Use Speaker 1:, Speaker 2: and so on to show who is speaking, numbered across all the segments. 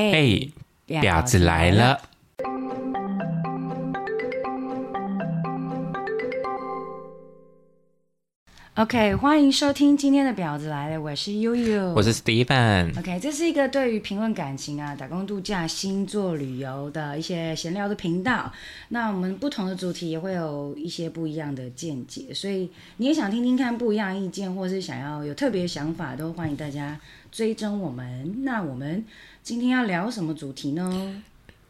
Speaker 1: 哎、
Speaker 2: 哎，婊子来！了！
Speaker 1: OK，欢迎收听今天的《婊子来了》，我是悠悠，
Speaker 2: 我是 Steven，
Speaker 1: OK，这是一个对于评论感情啊、打工度假、星座、旅游的一些闲聊的频道。那我们不同的主题也会有一些不一样的见解，所以你也想听听看不一样意见，或是想要有特别想法，都欢迎大家追踪我们。那我们今天要聊什么主题呢？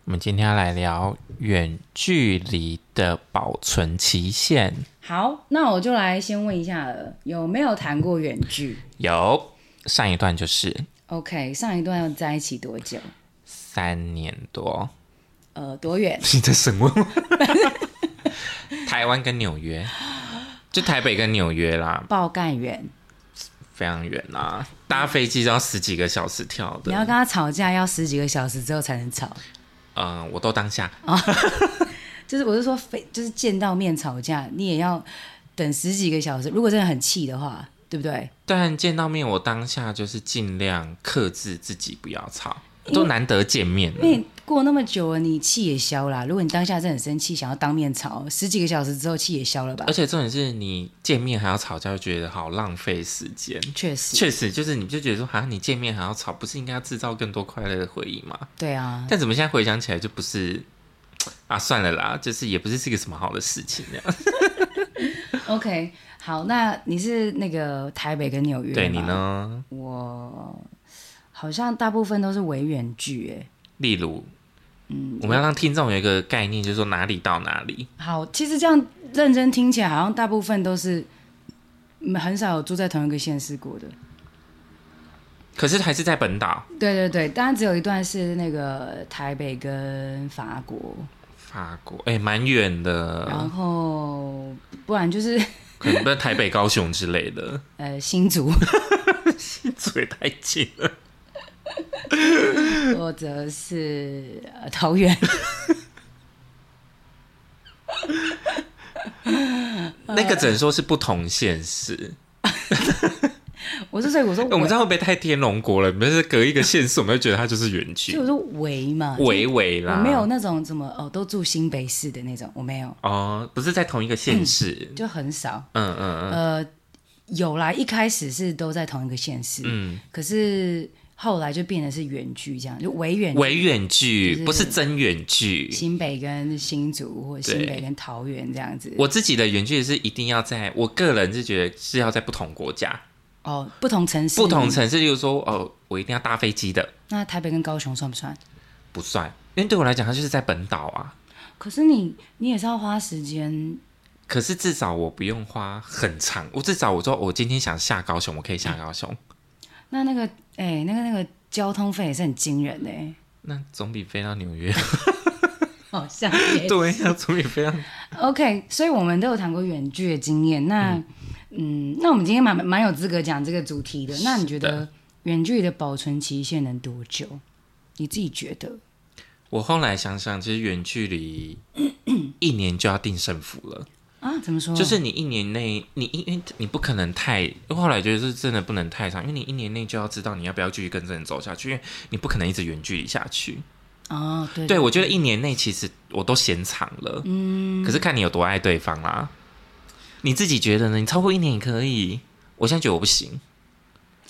Speaker 2: 我们今天要来聊远距离的保存期限。
Speaker 1: 好，那我就来先问一下了，有没有谈过远距
Speaker 2: 有上一段就是
Speaker 1: ？OK，上一段要在一起多久？
Speaker 2: 三年多，
Speaker 1: 呃，多远？
Speaker 2: 你在审问我？台湾跟纽约，就台北跟纽约啦，
Speaker 1: 爆干远？
Speaker 2: 非常远啦，搭飞机都要十几个小时跳
Speaker 1: 你要跟
Speaker 2: 的。
Speaker 1: 他吵架要十几个小时之后才能吵。
Speaker 2: 嗯、我都当下
Speaker 1: 就是我是说非就是见到面吵架，你也要等十几个小时。如果真的很气的话，对不对？
Speaker 2: 但见到面，我当下就是尽量克制自己不要吵，都难得见面
Speaker 1: 因为
Speaker 2: 了。
Speaker 1: 你过那么久了，你气也消啦。如果你当下真的很生气，想要当面吵，十几个小时之后气也消了吧
Speaker 2: 而？且重点是你见面还要吵架，就觉得好浪费时间。
Speaker 1: 确实，
Speaker 2: 确实，就是你就觉得说，哈，你见面还要吵，不是应该要制造更多快乐的回忆吗？
Speaker 1: 对啊。
Speaker 2: 但怎么现在回想起来，就不是啊，算了啦，就是也不是是个什么好的事情啊这样。
Speaker 1: OK，好，那你是那个台北跟纽约？
Speaker 2: 对你？呢？
Speaker 1: 我好像大部分都是微远距，哎，
Speaker 2: 例如，
Speaker 1: 嗯
Speaker 2: 我们要让听众有一个概念，就是说哪里到哪里。
Speaker 1: 好，其实这样认真听起来，好像大部分都是嗯很少有住在同一个县市过的。
Speaker 2: 可是还是在本岛，
Speaker 1: 对对对，当然只有一段是那个台北跟法国，
Speaker 2: 法国，哎、蛮远
Speaker 1: 然
Speaker 2: 的，
Speaker 1: 后不然就是
Speaker 2: 可能不是台北、高雄之类的，
Speaker 1: 呃新竹
Speaker 2: 嘴太近了。
Speaker 1: 或者是、呃、桃园。 呃
Speaker 2: 那个只能说是不同县市。
Speaker 1: 我是所以我说
Speaker 2: 哎我们
Speaker 1: 微
Speaker 2: 这样会不会太天龙国了？不是隔一个县市，我们就觉得它就是园
Speaker 1: 所以
Speaker 2: 区
Speaker 1: 我，说围嘛，
Speaker 2: 微微
Speaker 1: 我
Speaker 2: 啦。
Speaker 1: 没有那种怎么哦都住新北市的那种，我没有，
Speaker 2: 哦，不是在同一个县市。
Speaker 1: 就很少。
Speaker 2: 嗯嗯嗯
Speaker 1: 呃，有啦，一开始是都在同一个县市，
Speaker 2: 嗯，
Speaker 1: 可是后来就变得是远距这样，就微远距
Speaker 2: 伪远
Speaker 1: 就
Speaker 2: 距
Speaker 1: 是
Speaker 2: 不是真远距。
Speaker 1: 新北跟新竹或者新北
Speaker 2: 对
Speaker 1: 跟桃园这样子。
Speaker 2: 我自己的远距是一定要在，我个人是觉得是要在不同国家、
Speaker 1: 哦，不同城市，
Speaker 2: 不同。城市，例如说，哦，我一定要搭飞机的，
Speaker 1: 那台北跟高雄算不算？
Speaker 2: 不算，因为对我来讲，它就是在本岛啊。
Speaker 1: 可是你你也是要花时间，
Speaker 2: 可是至少我不用花很长，我至少我说我今天想下高雄，我可以下高雄，
Speaker 1: 那那个哎、那个那个交通费也是很惊人的、欸。
Speaker 2: 那总比飞到纽 约。
Speaker 1: 好哦像也是
Speaker 2: 对呀、总比飞到
Speaker 1: OK，所以我们都有谈过远距的经验。那嗯那我们今天蛮蛮有资格讲这个主题的。那你觉得远距的保存期限能多久？你自己觉得？
Speaker 2: 我后来想想，其实远距离一年就要定胜负了，嗯
Speaker 1: 啊，怎么说？
Speaker 2: 就是你一年内，你因因为你不可能太，因为后来觉得是真的不能太长，因为你一年内就要知道你要不要继续跟这个人走下去，因为你不可能一直远距离下去。
Speaker 1: 哦，对
Speaker 2: 对我觉得一年内其实我都嫌长了，嗯，可是看你有多爱对方啦。你自己觉得呢？你超过一年也可以，我现在觉得我不行，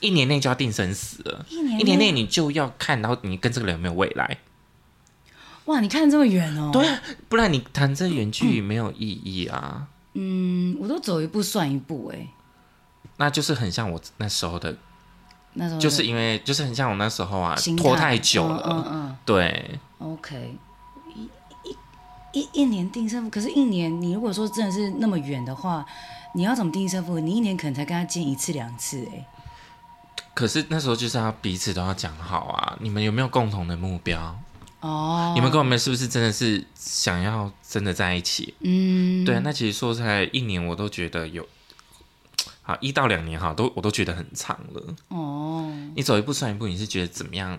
Speaker 2: 一年内就要定生死了，
Speaker 1: 一年
Speaker 2: 一年内你就要看到你跟这个人有没有未来。
Speaker 1: 哇，你看这么远哦。
Speaker 2: 对啊，不然你谈这远距离没有意义啊。
Speaker 1: 嗯，我都走一步算一步哎、
Speaker 2: 那就是很像我那时候的，
Speaker 1: 那时候
Speaker 2: 就是因为就是很像我那时候啊
Speaker 1: 嗯心，态
Speaker 2: 拖太久了。
Speaker 1: 嗯嗯
Speaker 2: 对，
Speaker 1: 嗯，OK，一一一一年定胜负，可是，一年你如果说真的是那么远的话，你要怎么定胜负？你一年可能才跟他见一次两次、哎，
Speaker 2: 可是那时候就是要彼此都要讲好啊，你们有没有共同的目标？
Speaker 1: 哦，
Speaker 2: 你们跟我们是不是真的是想要真的在一起？
Speaker 1: 嗯，
Speaker 2: 对啊，那其实说实在，一年我都觉得有。好，一到两年哈，都我都觉得很长了。
Speaker 1: 哦，
Speaker 2: 你走一步算一步，你是觉得怎么样？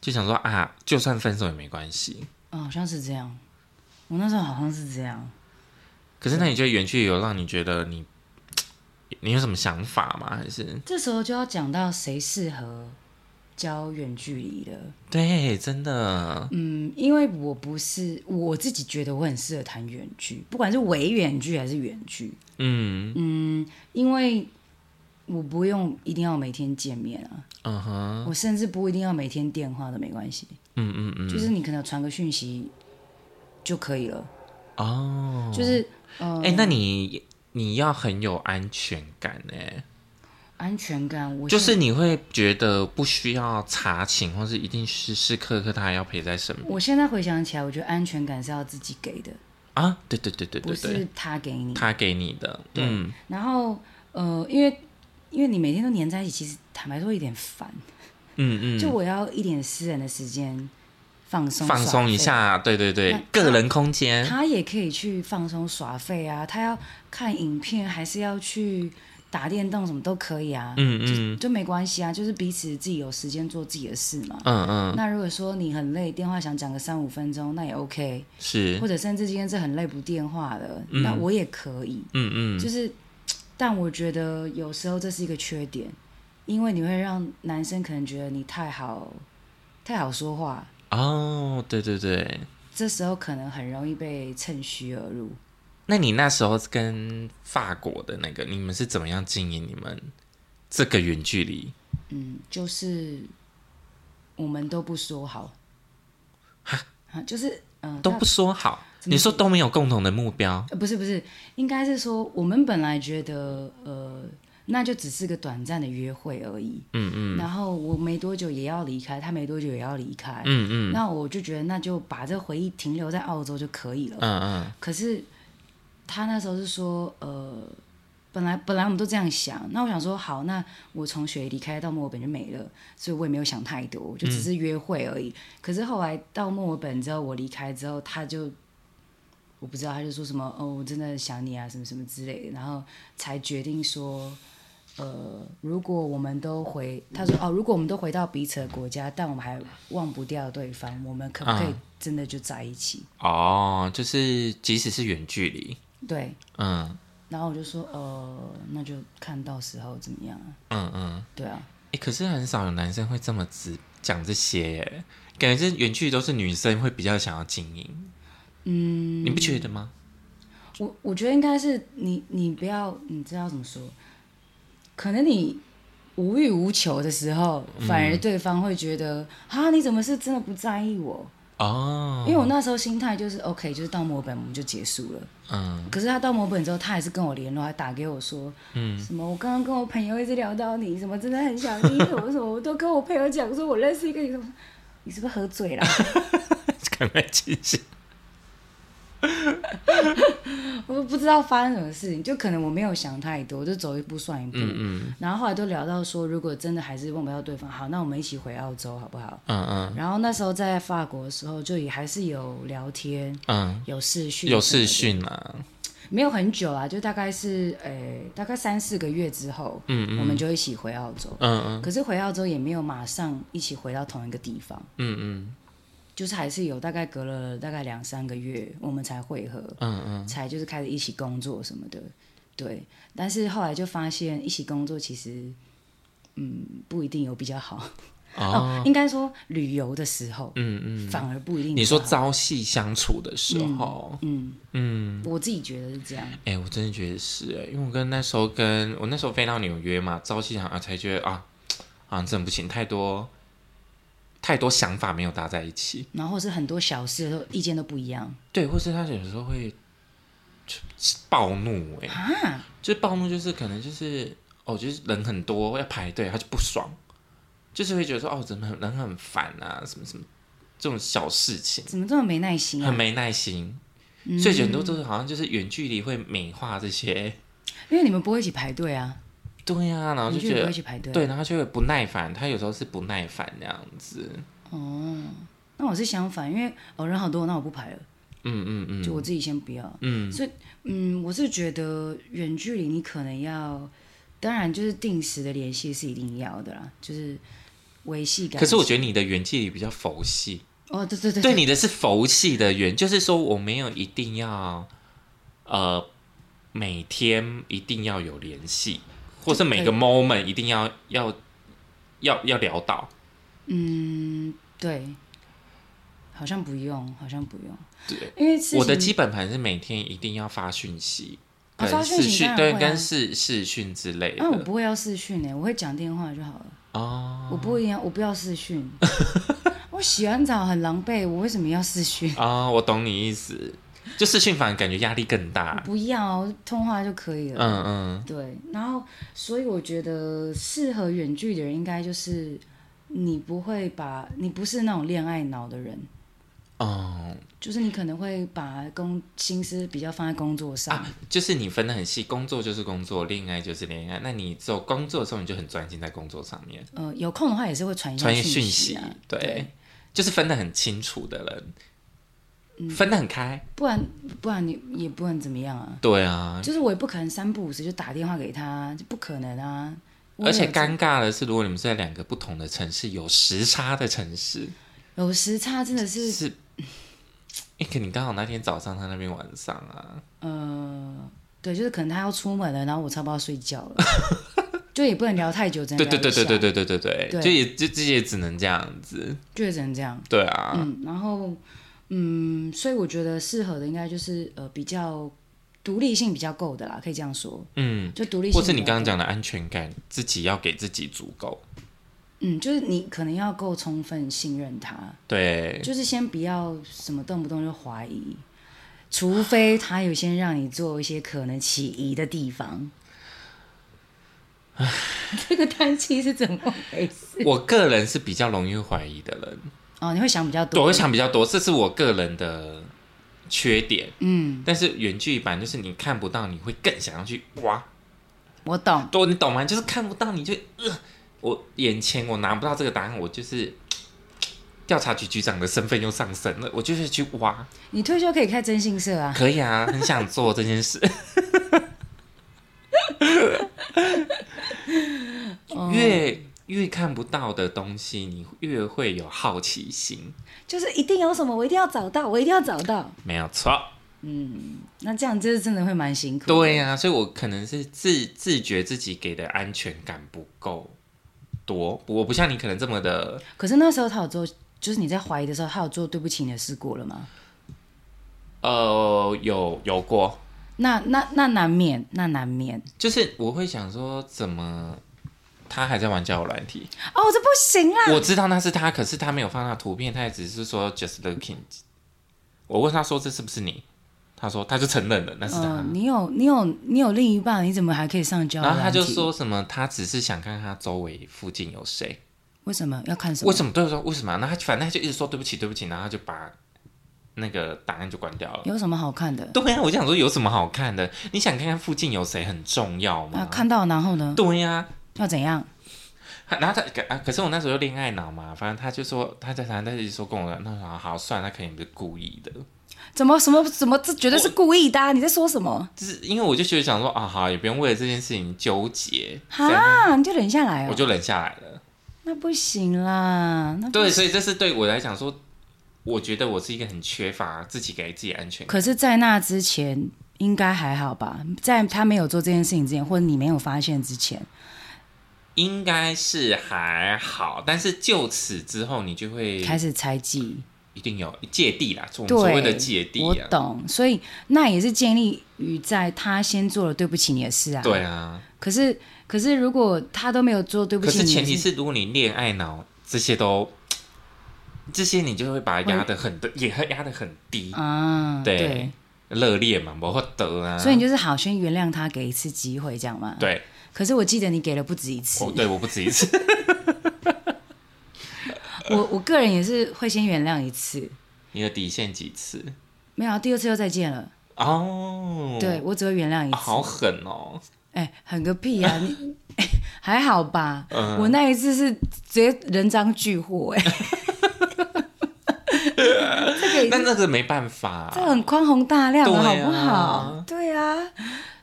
Speaker 2: 就想说啊，就算分手也没关系。
Speaker 1: 哦，好像是这样，我那时候好像是这样，
Speaker 2: 可是那你觉得园区有让你觉得你你有什么想法吗？还是
Speaker 1: 这时候就要讲到谁适合教远距离的。
Speaker 2: 对，真的，
Speaker 1: 嗯，因为我不是我自己觉得我很适合谈远距，不管是伪远距还是远距，
Speaker 2: 嗯
Speaker 1: 嗯，因为我不用一定要每天见面啊，
Speaker 2: 嗯哼，
Speaker 1: 我甚至不一定要每天电话都没关系，
Speaker 2: 嗯嗯嗯，
Speaker 1: 就是你可能传个讯息就可以了，
Speaker 2: 哦，
Speaker 1: 就是呃、
Speaker 2: 哎、那你你要很有安全感哎、
Speaker 1: 安全感，我
Speaker 2: 就
Speaker 1: 现
Speaker 2: 是你会觉得不需要查寝，或是一定时时刻刻他还要陪在身边
Speaker 1: 我现在回想起来，我觉得安全感是要自己给的，
Speaker 2: 啊？对对对对
Speaker 1: 不
Speaker 2: 对
Speaker 1: 是
Speaker 2: 对，
Speaker 1: 他给你。
Speaker 2: 他给你的，嗯，
Speaker 1: 然后呃，因为因为你每天都黏在一起，其实坦白说有点烦，
Speaker 2: 嗯嗯，
Speaker 1: 就我要一点私人的时间放松
Speaker 2: 放
Speaker 1: 耍
Speaker 2: 松
Speaker 1: 废
Speaker 2: 一。下，对对
Speaker 1: 那
Speaker 2: 对
Speaker 1: 他，
Speaker 2: 个人空间，
Speaker 1: 他也可以去放松耍废啊，他要看影片，还是要去打电动，什么都可以啊，
Speaker 2: 嗯嗯
Speaker 1: 就没关系啊，就是彼此自己有时间做自己的事嘛。
Speaker 2: 嗯嗯，
Speaker 1: 那如果说你很累，电话想讲个三五分钟，那也 OK，
Speaker 2: 是
Speaker 1: 或，者甚至今天这很累不电话了，那我也可以。
Speaker 2: 嗯嗯，
Speaker 1: 就是，但我觉得有时候这是一个缺点，因为你会让男生可能觉得你太好，太好说话，
Speaker 2: 哦，对对对，
Speaker 1: 这时候可能很容易被趁虚而入。
Speaker 2: 那你那时候跟法国的那个，你们是怎么样经营你们这个远距离？
Speaker 1: 嗯，就是我们都不说好，啊，就是嗯、呃
Speaker 2: 都不说好，
Speaker 1: 怎么
Speaker 2: 你说都没有共同的目标，
Speaker 1: 呃不是不是，应该是说我们本来觉得呃。那就只是个短暂的约会而已，
Speaker 2: 嗯嗯
Speaker 1: 然后我没多久也要离开，他没多久也要离开，
Speaker 2: 嗯嗯
Speaker 1: 那我就觉得那就把这回忆停留在澳洲就可以了。
Speaker 2: 嗯嗯，
Speaker 1: 可是他那时候是说，呃，本来本来我们都这样想，那我想说，好，那我从雪梨离开到墨尔本就没了，所以我也没有想太多，就只是约会而已。可是后来到墨尔本之后，我离开之后，他就。我不知道，他就说什么哦，我真的想你啊，什么什么之类的，然后才决定说，呃，如果我们都回，他说哦，如果我们都回到彼此的国家，但我们还忘不掉对方，我们可不可以
Speaker 2: 啊
Speaker 1: 真的就在一起？
Speaker 2: 哦，就是即使是远距离，
Speaker 1: 对，
Speaker 2: 嗯
Speaker 1: 然后我就说，呃，那就看到时候怎么样啊？
Speaker 2: 嗯嗯，
Speaker 1: 对啊，
Speaker 2: 哎、可是很少有男生会这么直讲这些耶，感觉这远距离都是女生会比较想要经营，嗯，你不觉得吗？
Speaker 1: 我我觉得应该是你，你不要，你知道怎么说？可能你无欲无求的时候，反而对方会觉得，啊、你怎么是真的不在意我？
Speaker 2: 哦，
Speaker 1: 因为我那时候心态就是，OK，就是到墨尔本我们就结束了。
Speaker 2: 嗯
Speaker 1: 可是他到墨尔本之后，他还是跟我联络，还打给我说，嗯，什么我刚刚跟我朋友一直聊到你，什么真的很想你，什么什么，我都跟我朋友讲说我认识一个你什么，你是不是喝醉了？
Speaker 2: 赶快清醒。
Speaker 1: 我都不知道发生什么事情，就可能我没有想太多，就走一步算一步。
Speaker 2: 嗯
Speaker 1: 然后后来都聊到说，如果真的还是忘不掉对方，好，那我们一起回澳洲好不好？
Speaker 2: 嗯嗯
Speaker 1: 然后那时候在法国的时候，就也还是有聊天，
Speaker 2: 嗯，
Speaker 1: 有视讯，
Speaker 2: 有视，讯啊，
Speaker 1: 没有很久啊，就大概是诶、大概三四个月之后，
Speaker 2: 嗯
Speaker 1: 我们就一起回澳洲。
Speaker 2: 嗯嗯
Speaker 1: 可是回澳洲也没有马上一起回到同一个地方，
Speaker 2: 嗯嗯
Speaker 1: 就是还是有大概隔了大概两三个月，我们才会合。
Speaker 2: 嗯嗯，
Speaker 1: 才就是开始一起工作什么的，对。但是后来就发现一起工作其实，嗯，不一定有比较好。
Speaker 2: 哦，
Speaker 1: 应该说旅游的时候，
Speaker 2: 嗯嗯，
Speaker 1: 反而不一定比
Speaker 2: 你
Speaker 1: 较
Speaker 2: 说
Speaker 1: 好。
Speaker 2: 朝夕相处的时候，
Speaker 1: 嗯，
Speaker 2: 嗯，
Speaker 1: 我自己觉得是这样。
Speaker 2: 哎、我真的觉得是哎，因为我跟那时候跟我那时候飞到纽约嘛，朝夕相啊才觉得啊，啊，真的不行，太多太多想法没有搭在一起，
Speaker 1: 然后是很多小事都意见都不一样
Speaker 2: 对，或是他有时候会就暴怒哎，
Speaker 1: 啊，
Speaker 2: 就是暴怒，就是可能就是哦，就是人很多要排队，他就不爽，就是会觉得说哦，怎么很人很烦啊，什么什么这种小事情，
Speaker 1: 怎么这么没耐心
Speaker 2: 很
Speaker 1: 啊？嗯
Speaker 2: 没耐心。所以很多都是好像就是远距离会美化这些，
Speaker 1: 因为你们不会一起排队啊，
Speaker 2: 对呀、然后
Speaker 1: 你
Speaker 2: 就
Speaker 1: 们
Speaker 2: 觉
Speaker 1: 不
Speaker 2: 得
Speaker 1: 会一起排队。啊
Speaker 2: 对，然后就会不耐烦，他有时候是不耐烦那样子。
Speaker 1: 那我是相反，因为哦人好多，那我不排了，
Speaker 2: 嗯嗯嗯，
Speaker 1: 就我自己先不要。
Speaker 2: 嗯
Speaker 1: 所以，嗯，我是觉得远距离你可能要，当然就是定时的联系是一定要的啦，就是维系感情。
Speaker 2: 可是我觉得你的远距离比较佛系，
Speaker 1: 哦，对对 对
Speaker 2: 对，你的是佛系的远，就是说我没有一定要，呃，每天一定要有联系，或是每个 moment 一定要要要要聊到。
Speaker 1: 嗯，对，好像不用，好像不用，
Speaker 2: 对，
Speaker 1: 因为事情
Speaker 2: 我的基本盘是每天一定要发讯息，
Speaker 1: 哦发
Speaker 2: 跟
Speaker 1: 讯息
Speaker 2: 视讯、
Speaker 1: 当然
Speaker 2: 对，
Speaker 1: 会啊
Speaker 2: 跟视视讯之类
Speaker 1: 啊，我
Speaker 2: 的
Speaker 1: 不会要视讯呢，我会讲电话就好了。
Speaker 2: 哦
Speaker 1: 我不一样，我不要 视讯。我洗完澡很狼狈，我为什么要 视讯？
Speaker 2: 哦，我懂你意思，就视讯反而感觉压力更大。
Speaker 1: 不要，通话就可以了。
Speaker 2: 嗯嗯，
Speaker 1: 对，然后所以我觉得适合远距的人，应该就是你不会把你不是那种恋爱脑的人，
Speaker 2: 哦
Speaker 1: 就是你可能会把工心思比较放在工作上。
Speaker 2: 啊，就是你分得很细，工作就是工作，恋爱就是恋爱。那你只有工作的时候，你就很专心在工作上面，
Speaker 1: 呃，有空的话也是会传一下
Speaker 2: 传讯
Speaker 1: 讯
Speaker 2: 息，
Speaker 1: 啊，
Speaker 2: 对，就是分得很清楚的人，
Speaker 1: 嗯
Speaker 2: 分得很开。
Speaker 1: 不然不然你也不能怎么样啊。
Speaker 2: 对啊，
Speaker 1: 就是我也不可能三不五时就打电话给他，就不可能啊。我
Speaker 2: 而且
Speaker 1: 有
Speaker 2: 尴尬的是，如果你们是在两个不同的城市，有时差的城市，
Speaker 1: 有时差真的是
Speaker 2: 是，哎、可你刚好那天早上，他那边晚上啊，
Speaker 1: 呃，对，就是可能他要出门了，然后我差不多要睡觉了，就也不能聊太久，真的
Speaker 2: 对对对对对，对对对对，
Speaker 1: 对
Speaker 2: 就也就这也只能这样子，
Speaker 1: 就只能这样。
Speaker 2: 对啊，
Speaker 1: 嗯，然后嗯，所以我觉得适合的应该就是呃比较独立性比较够的啦，可以这样说，
Speaker 2: 嗯，
Speaker 1: 就独立性。
Speaker 2: 或是你刚刚，讲的安全感，自己要给自己足够，
Speaker 1: 嗯，就是你可能要够充分信任他，
Speaker 2: 对，
Speaker 1: 就是先不要什么动不动就怀疑。除非他有先让你做一些可能起疑的地方， 这个叹气是怎么回事？
Speaker 2: 我个人是比较容易怀疑的人，
Speaker 1: 哦，你会想比较
Speaker 2: 对，我
Speaker 1: 多。
Speaker 2: 会想比较多，这是我个人的缺点，
Speaker 1: 嗯，
Speaker 2: 但是远距版就是你看不到，你会更想要去挖，
Speaker 1: 我懂。
Speaker 2: 对，你懂吗？就是看不到，你就呃，我眼前我拿不到这个答案，我就是。嗯调查局局长的身份又上升了，我就是去挖，
Speaker 1: 你退休可以开征信社啊。
Speaker 2: 可以啊，很想做这件事。越越看不到的东西，你越会有好奇心，
Speaker 1: 就是一定有什么，我一定要找到，我一定要找到。
Speaker 2: 没有错。
Speaker 1: 那这样就是真的会蛮辛苦。
Speaker 2: 对、呀、所以我可能是自自觉自己给的安全感不够多，我不像你可能这么的
Speaker 1: 可是那时候他有做，就是你在怀疑的时候，他有做对不起你的事过了吗？
Speaker 2: 呃有有过，
Speaker 1: 那那那难免，那难免。
Speaker 2: 就是我会想说怎么。他还在玩交友软体，
Speaker 1: 哦，这不行啦。
Speaker 2: 我知道那是他，可是他没有放他图片，他也只是说 just looking。我问他说这是不是你，他说他就承认了那是他。
Speaker 1: 嗯、你有你有你有另一半，你怎么还可以上交友
Speaker 2: 然后他就
Speaker 1: 软体
Speaker 2: 说什么，他只是想看他周围附近有谁，
Speaker 1: 为什么要看什么？
Speaker 2: 为什么？对，我说为什么啊？那他反正他就一直说对不起，对不起，然后他就把那个答案就关掉了。
Speaker 1: 有什么好看的？
Speaker 2: 对呀、啊我就想说有什么好看的？你想看看附近有谁很重要
Speaker 1: 那、
Speaker 2: 吗？
Speaker 1: 啊看到然后呢？
Speaker 2: 对呀、
Speaker 1: 要怎样？
Speaker 2: 然后他可啊，可是我那时候就恋爱脑嘛，反正他就说他在反正他一直说跟我那好好算，他肯定不是故意的，
Speaker 1: 怎么什么怎么？这绝对是故意的、啊！你在说什么？
Speaker 2: 就是因为我就觉得想说啊，好也不用为了这件事情纠结，这样
Speaker 1: 哈，你就忍下来
Speaker 2: 我
Speaker 1: 哦。
Speaker 2: 就忍下来了。
Speaker 1: 那不行啦，那不
Speaker 2: 对，所以这是对我来讲说，我觉得我是一个很缺乏自己给自己安全感。
Speaker 1: 可是，在那之前应该还好吧？在他没有做这件事情之前，或者你没有发现之前，
Speaker 2: 应该是还好，但是就此之后，你就会
Speaker 1: 开始猜忌。
Speaker 2: 一定有芥蒂啦，我们
Speaker 1: 对，
Speaker 2: 所谓的芥蒂
Speaker 1: 我
Speaker 2: 啊，
Speaker 1: 懂。所以那也是建立于在他先做了对不起你的事啊。
Speaker 2: 对。啊。
Speaker 1: 可是，可是如果他都没有做对不
Speaker 2: 可
Speaker 1: 起
Speaker 2: 是
Speaker 1: 你的事，
Speaker 2: 前提是，如果你恋爱脑这些都，这些你就会把它压得很低，
Speaker 1: 嗯
Speaker 2: 也会压得很低，
Speaker 1: 啊，
Speaker 2: 对热烈嘛，不会得啊。
Speaker 1: 所以你就是好，先原谅他，给一次机会，这样嘛。。
Speaker 2: 对，
Speaker 1: 可是我记得你给了不止一次。
Speaker 2: 我对我不止一次，
Speaker 1: 我我个人也是会先原谅一次，
Speaker 2: 你的底线几次？
Speaker 1: 没有啊，第二次又再见了。
Speaker 2: 哦，
Speaker 1: 对我只会原谅一
Speaker 2: 啊
Speaker 1: 次。
Speaker 2: 好狠哦。
Speaker 1: 哎、很个屁啊！你还好吧？
Speaker 2: 嗯
Speaker 1: 我那一次是直接人赃俱获、哎，这个已
Speaker 2: 那
Speaker 1: 经
Speaker 2: 那个没办法，啊
Speaker 1: 这很宽宏大量了，好
Speaker 2: 对啊
Speaker 1: 不好？对啊，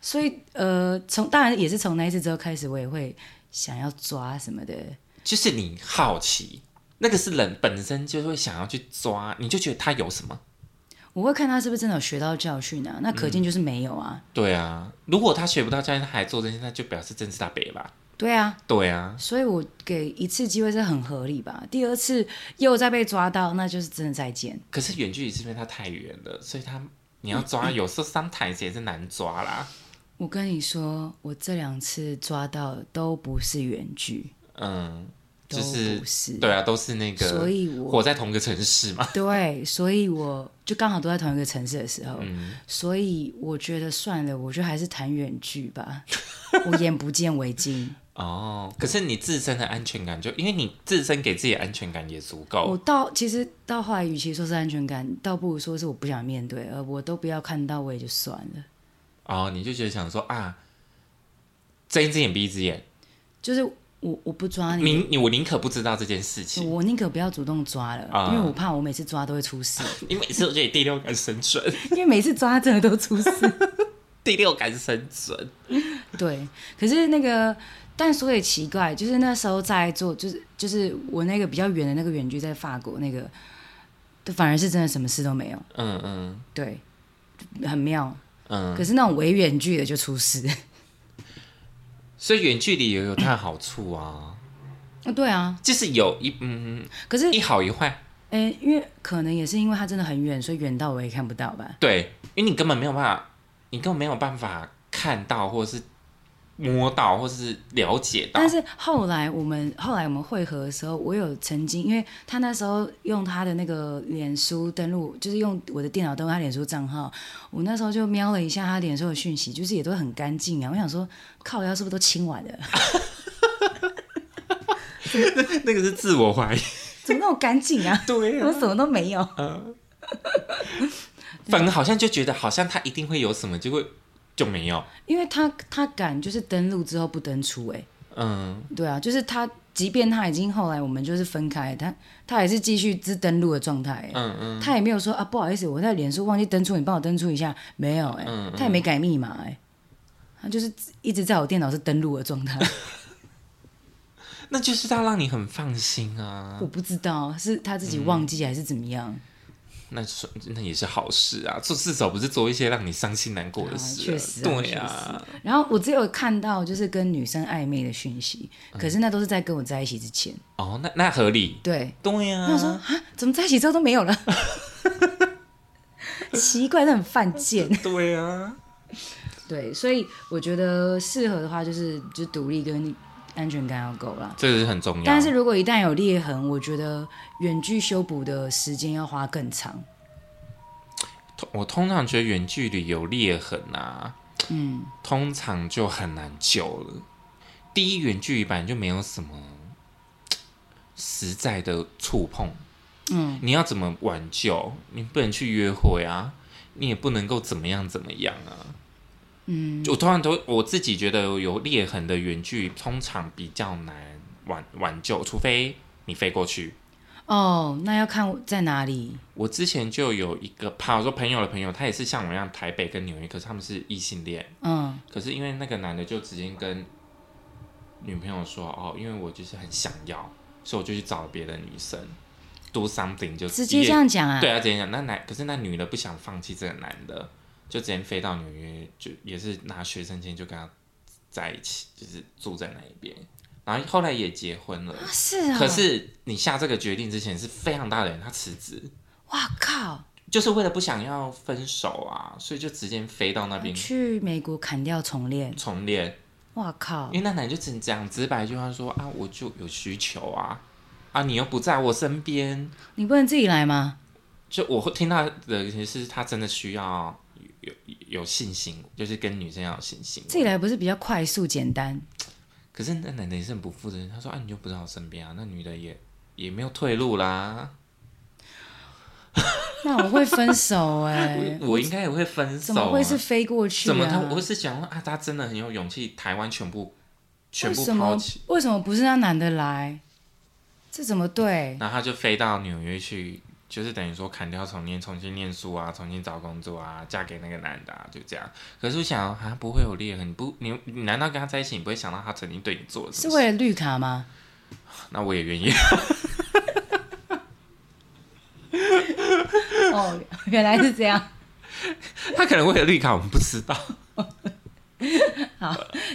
Speaker 1: 所以呃，从当然也是从那一次之后开始，我也会想要抓什么的。
Speaker 2: 就是你好奇，那个是人本身就会想要去抓，你就觉得他有什么？
Speaker 1: 我会看他是不是真的有学到教训啊？
Speaker 2: 嗯
Speaker 1: 那可见就是没有啊。
Speaker 2: 对啊，如果他学不到教练，他还做这些，那就表示真是他北吧。
Speaker 1: 对啊，
Speaker 2: 对啊，
Speaker 1: 所以我给一次机会是很合理吧。第二次又再被抓到，那就是真的再见。
Speaker 2: 可是远距离是因为它太远了，所以它你要
Speaker 1: 嗯
Speaker 2: 抓，有时候 sometimes 也是难抓啦。
Speaker 1: 我跟你说，我这两次抓到都不是远距，
Speaker 2: 嗯，
Speaker 1: 都
Speaker 2: 就是
Speaker 1: 不是
Speaker 2: 对啊，都是那个，
Speaker 1: 所以我
Speaker 2: 活在同个城市嘛。
Speaker 1: 对，所以我就刚好都在同一个城市的时候，
Speaker 2: 嗯
Speaker 1: 所以我觉得算了，我就还是谈远距吧，我眼不见为 净。
Speaker 2: 哦，可是你自身的安全感就，因为你自身给自己的安全感也足够
Speaker 1: 我。到其实到后来，与其说是安全感，倒不如说是我不想面对，而我都不要看到，我也就算了。
Speaker 2: 哦，你就觉得想说啊，睁一只眼闭一只眼，
Speaker 1: 就是我我不抓你，
Speaker 2: 宁你我宁可不知道这件事情。
Speaker 1: 我宁可不要主动抓了，
Speaker 2: 啊
Speaker 1: 因为我怕我每次抓都会出事，
Speaker 2: 你每次都觉得第六感神准，
Speaker 1: 因为每次抓真的都出事。
Speaker 2: 第六感神准。
Speaker 1: 对，可是那个，但说也奇怪，就是那时候在做，就是就是我那个比较远的那个远距在法国那个，对反而是真的什么事都没有，
Speaker 2: 嗯嗯
Speaker 1: 对，很妙。
Speaker 2: 嗯，
Speaker 1: 可是那种伪远距的就出事。
Speaker 2: 所以远距离也有它的好处啊，
Speaker 1: 啊，对啊，
Speaker 2: 就是有一嗯
Speaker 1: 可是
Speaker 2: 一好一坏，
Speaker 1: 诶，因为可能也是因为它真的很远，所以远到我也看不到吧。
Speaker 2: 对，因为你根本没有办法，你根本没有办法看到或是摸到或是了解到
Speaker 1: 但。是后来我们后来我们会合的时候，我有曾经，因为他那时候用他的那个脸书登录，就是用我的电脑登录他脸书账号，我那时候就瞄了一下他脸书的讯息，就是也都很干净啊。我想说，靠，腰是不是都清完了？
Speaker 2: 那个是自我怀 疑，
Speaker 1: 怎么那么干净啊？
Speaker 2: 对
Speaker 1: 怎么什么都没有？
Speaker 2: 反而好像就觉得好像他一定会有什么，结果就没有。
Speaker 1: 因为他他敢就是登录之后不登出、欸，
Speaker 2: 嗯，
Speaker 1: 对啊，就是他，即便他已经后来我们就是分开，他他还是继续是登录的状态、欸，
Speaker 2: 嗯嗯，
Speaker 1: 他也没有说啊，不好意思，我在脸书忘记登出，你帮我登出一下。没有哎、
Speaker 2: 嗯嗯
Speaker 1: 他也没改密码哎、他就是一直在我电脑是登录的状态。
Speaker 2: 那就是他让你很放心啊
Speaker 1: 我，不知道是他自己忘记还是怎么样，
Speaker 2: 那是那也是好事啊，做至少不是做一些让你伤心难过的
Speaker 1: 啊
Speaker 2: 事、
Speaker 1: 确实啊
Speaker 2: 对
Speaker 1: 确
Speaker 2: 啊，
Speaker 1: 然后我只有看到就是跟女生暧昧的讯息，
Speaker 2: 嗯
Speaker 1: 可是那都是在跟我在一起之前。
Speaker 2: 哦，那那合理，
Speaker 1: 对，
Speaker 2: 对呀、
Speaker 1: 我想说
Speaker 2: 啊，
Speaker 1: 啊，怎么在一起之后都没有了？ 奇怪，那很犯贱。
Speaker 2: 对啊，
Speaker 1: 对，所以我觉得适合的话就是就独立跟安全感要够啦。
Speaker 2: 这个是很重要。
Speaker 1: 但是如果一旦有裂痕，我觉得远距修补的时间要花更长。
Speaker 2: 通我通常觉得远距离有裂痕啊，
Speaker 1: 嗯，
Speaker 2: 通常就很难救了。第一，远距离版就没有什么实在的触碰，
Speaker 1: 嗯，
Speaker 2: 你要怎么挽救？你不能去约会啊，你也不能够怎么样怎么样啊。嗯，我通常都我自己觉得有裂痕的远距离通常比较难挽挽救，除非你飞过去。
Speaker 1: 哦，那要看我在哪里。
Speaker 2: 我之前就有一个怕我说朋友的朋友，他也是像我一样台北跟纽约，可是他们是异性恋，
Speaker 1: 嗯
Speaker 2: 可是因为那个男的就直接跟女朋友说，哦，因为我就是很想要，所以我就去找别的女生，do something 就
Speaker 1: 直接
Speaker 2: 呃也
Speaker 1: 这样讲啊？
Speaker 2: 对啊，直接讲那男，可是那女的不想放弃这个男的，就直接飞到纽约，就也是拿学生签就跟他在一起，就是住在那一边，然后后来也结婚了。
Speaker 1: 啊是啊、
Speaker 2: 可，是你下这个决定之前是非常大的人，他辞职，
Speaker 1: 哇靠！
Speaker 2: 就是为了不想要分手啊，所以就直接飞到那边
Speaker 1: 去美国砍掉重练，
Speaker 2: 重练。
Speaker 1: 哇靠
Speaker 2: 因！为那男就只能讲直白一句话说啊，我就有需求啊，啊你又不在我身边，
Speaker 1: 你不能自己来吗？
Speaker 2: 就我会听到的是他真的需要有有有信心，就是跟女生要有信心。
Speaker 1: 自己来不是比较快速简单？
Speaker 2: 可是那男的也是很不负责任，他说啊你又不在我身边啊，那女的也也没有退路啦，
Speaker 1: 那我会分手哎、
Speaker 2: 我我应该也会分手、
Speaker 1: 怎
Speaker 2: 啊。
Speaker 1: 么会是飞过去、啊？
Speaker 2: 怎么他我是想说啊，他真的很有勇气，台湾全部全
Speaker 1: 为
Speaker 2: 部
Speaker 1: 什
Speaker 2: 抛
Speaker 1: 么
Speaker 2: 弃，
Speaker 1: 为什么不是让男的来？这怎么对？
Speaker 2: 然后他就飞到纽约去，就是等于说砍掉重念，重新念书啊，重新找工作啊，嫁给那个男的、啊，就这样。可是我想啊，不会有裂痕，你不你你难道跟他在一起，你不会想到他曾经对你做了什
Speaker 1: 是
Speaker 2: 么事？
Speaker 1: 为了绿卡吗？
Speaker 2: 那我也愿意。
Speaker 1: 哦，原来是这样。
Speaker 2: 他可能为了绿卡，我们不知道。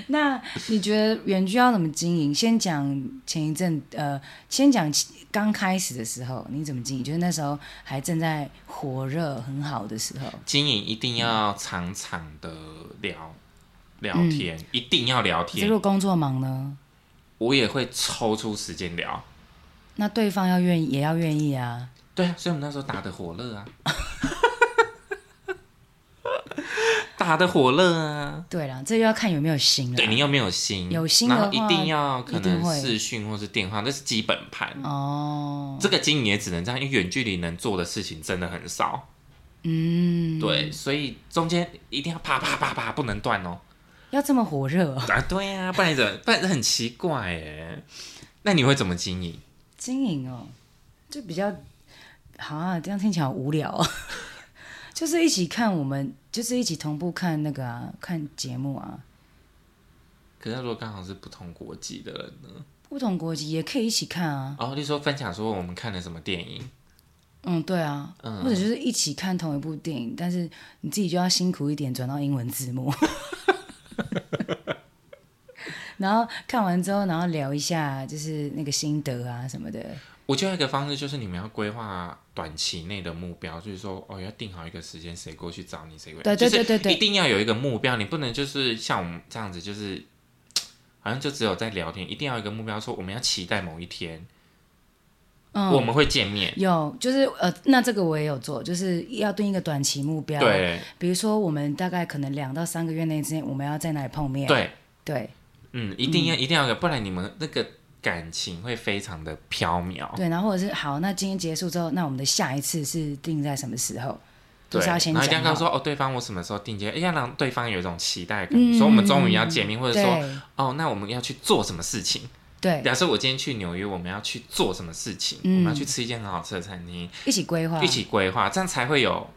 Speaker 1: 那你觉得远距要怎么经营？先讲前一阵，呃，先讲刚开始的时候，你怎么经营？就是那时候还正在火热很好的时候，
Speaker 2: 经营一定要常常的聊聊天，一定要聊
Speaker 1: 嗯可是
Speaker 2: 天
Speaker 1: 如。果工作忙呢，
Speaker 2: 我也会抽出时间聊。
Speaker 1: 那对方要愿意也要愿意啊。
Speaker 2: 对啊，所以我们那时候打的火热啊， 打的火热啊。
Speaker 1: 对啦，这就要看有没有心了。
Speaker 2: 对你有没有心？
Speaker 1: 有心的
Speaker 2: 然
Speaker 1: 话
Speaker 2: 后一定要可
Speaker 1: 一定
Speaker 2: 能
Speaker 1: 会
Speaker 2: 视讯或是电话，那是基本盘。
Speaker 1: 哦，
Speaker 2: 这个经营也只能这样，因为远距离能做的事情真的很少。
Speaker 1: 嗯，
Speaker 2: 对，所以中间一定要啪啪啪啪，不能断哦。
Speaker 1: 要这么火热、哦、
Speaker 2: 啊，对呀、不然怎么不然很奇怪哎。那你会怎么经营？
Speaker 1: 经营哦，就比较好啊。这样听起来好无聊、哦， 就是一起看我们，就是一起同步看那个啊，看节目啊。
Speaker 2: 可是如果刚好是不同国籍的人呢？
Speaker 1: 不同国籍也可以一起看啊。
Speaker 2: 哦，例如说分享说我们看了什么电影，
Speaker 1: 嗯，对啊，
Speaker 2: 嗯
Speaker 1: 或者就是一起看同一部电影，但是你自己就要辛苦一点，转到英文 字幕。然后看完之后，然后聊一下就是那个心得啊什么的。
Speaker 2: 我觉得一个方式就是你们要规划短期内的目标，就是说哦要定好一个时间，谁过去找你，谁过去，
Speaker 1: 对对
Speaker 2: 就是
Speaker 1: 对对对
Speaker 2: 一定要有一个目标，你不能就是像我们这样子，就是嘖好像就只有在聊天，一定要有一个目标，说我们要期待某一天、我
Speaker 1: 嗯，
Speaker 2: 们会见面，
Speaker 1: 有就是呃，那这个我也有做，就是要定一个短期目标。，
Speaker 2: 对
Speaker 1: 比如说我们大概可能两到三个月内之内，我们要在哪里碰面？
Speaker 2: 对，
Speaker 1: 对
Speaker 2: 嗯，一定要、一定要有，不然你们那个感情会非常的飘渺。
Speaker 1: 对，然后或者是好，那今天结束之后，那我们的下一次是定在什么时候？就
Speaker 2: 对，
Speaker 1: 是要先
Speaker 2: 然后一定
Speaker 1: 讲
Speaker 2: 要
Speaker 1: 好。
Speaker 2: 说哦，对方我什么时候定见，哎要让对方有一种期待感，
Speaker 1: 嗯
Speaker 2: 说我们终于要见面，或者说
Speaker 1: 对
Speaker 2: 哦，那我们要去做什么事情？
Speaker 1: 对，
Speaker 2: 假设我今天去纽约，我们要去做什么事情？
Speaker 1: 嗯啊
Speaker 2: 我们要去吃一间很好吃的餐厅，
Speaker 1: 一起规划，
Speaker 2: 一起规划，这样才会有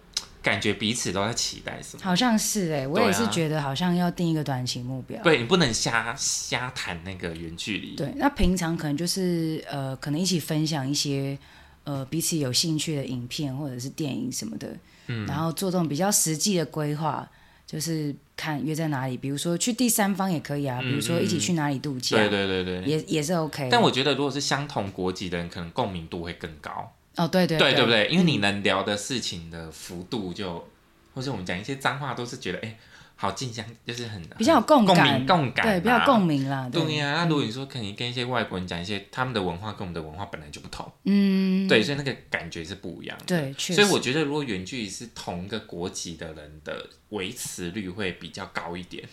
Speaker 2: 感觉彼此都在期待什么。
Speaker 1: 好像是哎、我
Speaker 2: 对啊
Speaker 1: 也是觉得好像要定一个短期目标。
Speaker 2: 对你不能瞎瞎谈那个远距离，
Speaker 1: 对那平常可能就是呃，可能一起分享一些呃彼此有兴趣的影片或者是电影什么的，嗯，然后做这种比较实际的规划，就是看约在哪里，比如说去第三方也可以啊，比如说一起去哪里度假，
Speaker 2: 嗯对对对对
Speaker 1: 也也是 OK。
Speaker 2: 但我觉得如果是相同国籍的人，可能共鸣度会更高，
Speaker 1: 哦，对对
Speaker 2: 对对不对？因为你能聊的事情的幅度就，或者我们讲一些脏话，都是觉得哎、好近乡，就是很
Speaker 1: 比较有共
Speaker 2: 共
Speaker 1: 感
Speaker 2: 鸣共感、
Speaker 1: 对，比较有共。鸣嗯啦，
Speaker 2: 对呀、那如果你说可能跟一些外国人讲一些他们的文化跟我们的文化本来就不同，
Speaker 1: 嗯，
Speaker 2: 对，所以那个感觉是不一样的。
Speaker 1: 对，确
Speaker 2: 所
Speaker 1: 实，
Speaker 2: 以我觉得，如果远距离是同一个国籍的人的维持率会比较高一点。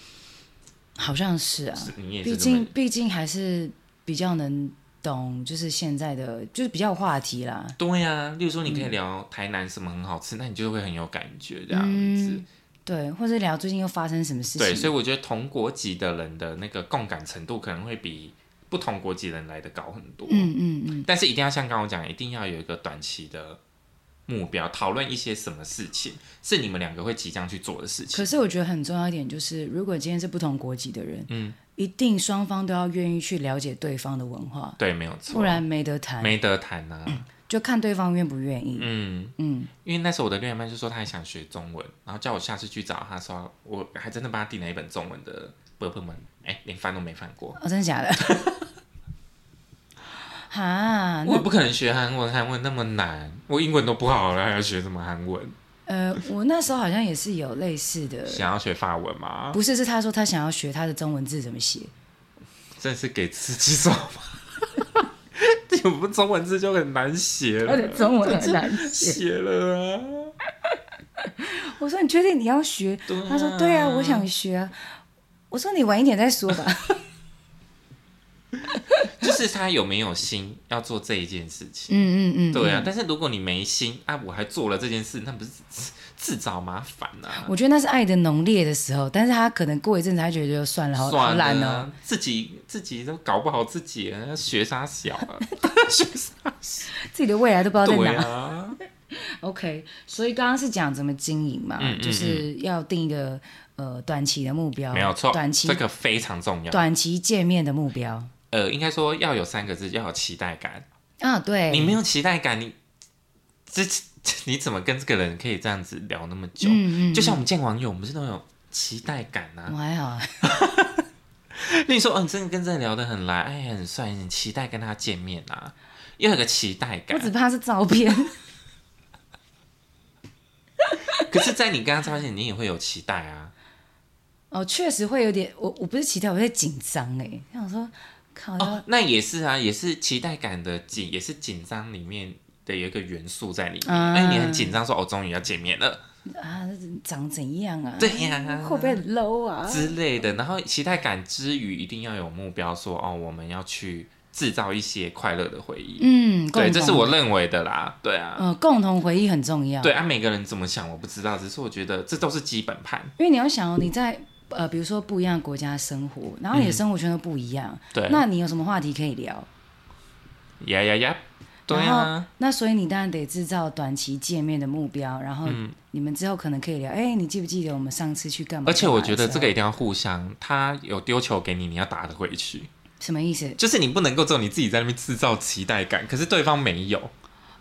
Speaker 1: 好像是啊，
Speaker 2: 是你也
Speaker 1: 毕
Speaker 2: 是这么
Speaker 1: 竟，毕竟还是比较能懂，就是现在的，就是比较有话题啦。
Speaker 2: 对呀、例如说，你
Speaker 1: 嗯
Speaker 2: 可以聊台南什么很好吃，那你就会很有感觉这样子。
Speaker 1: 嗯对，或者聊最近又发生什么事
Speaker 2: 对，
Speaker 1: 情。
Speaker 2: 所以我觉得同国籍的人的那个共感程度可能会比不同国籍人来的高很多。
Speaker 1: 嗯嗯嗯，
Speaker 2: 但是一定要像刚刚我讲，一定要有一个短期的目标，讨论一些什么事情是你们两个会即将去做的事
Speaker 1: 可
Speaker 2: 情。
Speaker 1: 是我觉得很重要一点就是，如果今天是不同国籍的人，嗯，一定双方都要愿意去了解对方的文化，
Speaker 2: 对，没有错，
Speaker 1: 不然没得谈，
Speaker 2: 没得谈啊。
Speaker 1: 就看对方愿不愿意。
Speaker 2: 嗯，
Speaker 1: 嗯，
Speaker 2: 因为那时候我的另一半就说他还想学中文，然后叫我下次去找他说，我还真的帮他订了一本中文的《伯伯们》，哎，连翻都没翻过。
Speaker 1: 哦，真的假 的？哈，
Speaker 2: 我也
Speaker 1: 那
Speaker 2: 不可能学韩文，韩文那么难，我英文都不好了，还要学什么韩 文？
Speaker 1: 呃，我那时候好像也是有类似的，
Speaker 2: 想要学法文吗？
Speaker 1: 不是，是他说他想要学他的中文字怎么写，
Speaker 2: 真是给自己找吗？ 有不中文字就很难写
Speaker 1: 他的
Speaker 2: 了，
Speaker 1: 中文很难 写。
Speaker 2: 写了啊。
Speaker 1: 我说你确定你要学？
Speaker 2: 对啊
Speaker 1: 他说对啊，我想学啊。我说你晚一点再说吧。
Speaker 2: 啊就是他有没有心要做这一件事情？
Speaker 1: 嗯嗯嗯，
Speaker 2: 对啊，但是如果你没心啊，我还做了这件事，那不是自 自找麻烦啊？
Speaker 1: 嗯我觉得那是爱的浓烈的时候，但是他可能过一阵子，他觉得算了，好好
Speaker 2: 算了
Speaker 1: 烂
Speaker 2: 啊
Speaker 1: 哦。，
Speaker 2: 自己自己都搞不好自己了，那学啥小 啊？
Speaker 1: 自己的未来都不知道在
Speaker 2: 对
Speaker 1: 哪。
Speaker 2: 啊，
Speaker 1: OK，所以刚刚是讲怎么经营嘛，
Speaker 2: 嗯嗯嗯
Speaker 1: 就是要定一个呃短期的目标，
Speaker 2: 没有错，
Speaker 1: 短期、
Speaker 2: 这个非常重要。
Speaker 1: 短期见面的目标
Speaker 2: 呃，应该说要有三个字，要有期待感。
Speaker 1: 啊，
Speaker 2: 你
Speaker 1: 对，
Speaker 2: 没有期待感，你这这你怎么跟这个人可以这样子聊那么久？
Speaker 1: 嗯嗯，
Speaker 2: 就像我们见网友，我们是那种期待感啊
Speaker 1: 我。还好啊，
Speaker 2: 例如说，哦，你真的跟这个聊得很来，哎，很帅，很期待跟他见面啊，又有个期待
Speaker 1: 我
Speaker 2: 感。
Speaker 1: 只怕是照片。
Speaker 2: 可是，在你跟他照面，你也会有期待啊。
Speaker 1: 哦，确实会有点，我我不是期待，我在紧张哎，想说靠要、
Speaker 2: 哦，那也是啊，也是期待感的紧，也是紧张里面的有一个元素在里面。
Speaker 1: 啊
Speaker 2: 哎、你很紧张，说哦，终于要见面了
Speaker 1: 啊长怎样啊？
Speaker 2: 对呀
Speaker 1: 会不会
Speaker 2: 嗯
Speaker 1: 很 low 啊？
Speaker 2: 之类的。然后期待感之余，一定要有目标说哦，我们要去制造一些快乐的回忆。
Speaker 1: 嗯，共
Speaker 2: 对，
Speaker 1: 同
Speaker 2: 这是我认为的啦。对啊，
Speaker 1: 呃共同回忆很重要。
Speaker 2: 对，啊，每个人怎么想我不知道，只是我觉得这都是基本盘。
Speaker 1: 因为你要想哦，你在呃比如说不一样的国家生活，然后你的生活圈都不一样，
Speaker 2: 嗯对，
Speaker 1: 那你有什么话题可以聊？
Speaker 2: 呀呀呀，对
Speaker 1: 然
Speaker 2: 啊，
Speaker 1: 那所以你当然得制造短期见面的目标，然后你们之后可能可以聊，哎、你记不记得我们上次去干嘛？
Speaker 2: 嗯而且我觉得
Speaker 1: 干嘛的时
Speaker 2: 这
Speaker 1: 候
Speaker 2: 个一定要互相，他有丢球给你，你要打得回去，
Speaker 1: 什么意思？
Speaker 2: 就是你不能够只有你自己在那边制造期待感，可是对方没有，